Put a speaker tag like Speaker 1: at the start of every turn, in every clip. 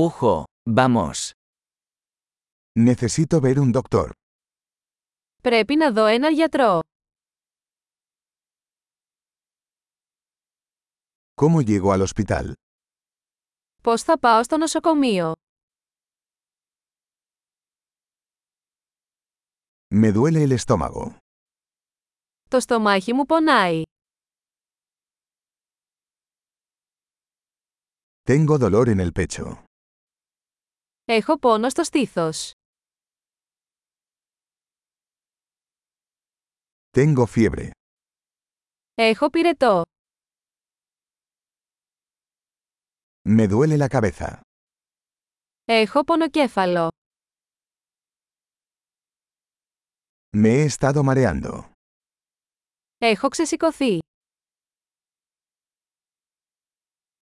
Speaker 1: Ujo, vamos.
Speaker 2: Necesito ver un doctor.
Speaker 3: Πρέπει να δω έναν γιατρό.
Speaker 2: ¿Cómo llego al hospital?
Speaker 3: Πώς θα πάω στο νοσοκομείο.
Speaker 2: Me duele el estómago.
Speaker 3: Το στομάχι μου πονάει.
Speaker 2: Tengo dolor en el pecho.
Speaker 3: Έχω πόνο στο στήθος.
Speaker 2: Tengo fiebre.
Speaker 3: Έχω πυρετό.
Speaker 2: Me duele la cabeza.
Speaker 3: Έχω πονοκέφαλο.
Speaker 2: Me he estado mareando.
Speaker 3: Έχω ξεσηκωθεί.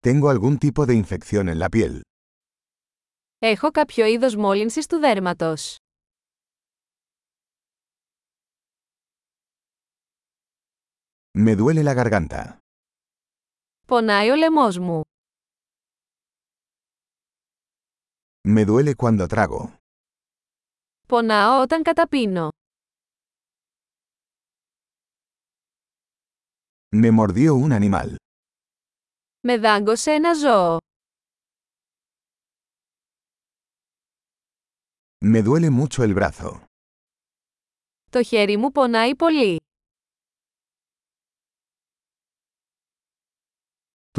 Speaker 2: Tengo algún tipo de infección en la piel.
Speaker 3: Έχω κάποιο είδος μόλυνσης του δέρματος.
Speaker 2: Me duele la garganta.
Speaker 3: Πονάει ο λαιμός μου.
Speaker 2: Me duele cuando trago.
Speaker 3: Πονάω όταν καταπίνω.
Speaker 2: Me mordió un animal.
Speaker 3: Με δάγκωσε ένα ζώο.
Speaker 2: Me duele mucho el brazo.
Speaker 3: Το χέρι μου πονάει πολύ.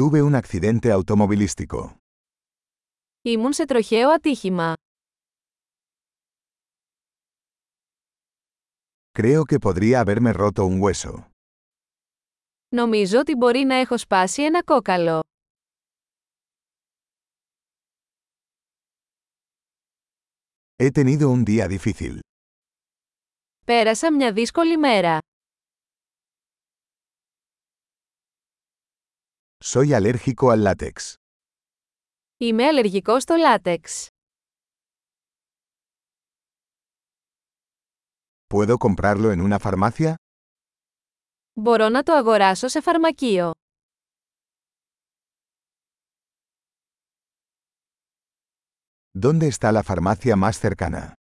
Speaker 2: Tuve un accidente automovilístico.
Speaker 3: Ήμουν σε τροχαίο ατύχημα.
Speaker 2: Creo que podría haberme roto un hueso.
Speaker 3: Νομίζω ότι μπορεί να έχω σπάσει ένα κόκαλο.
Speaker 2: He tenido un día difícil.
Speaker 3: Πέρασα μια δύσκολη μέρα.
Speaker 2: Soy alérgico al látex.
Speaker 3: Είμαι αλλεργικός στο λάτεξ.
Speaker 2: ¿Puedo comprarlo en una farmacia?
Speaker 3: Μπορώ να το αγοράσω σε φαρμακείο.
Speaker 2: ¿Dónde está la farmacia más cercana?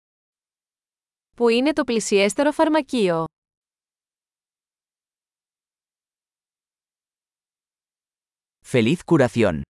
Speaker 3: Που είναι το πλησιέστερο φαρμακείο.
Speaker 1: Feliz curación.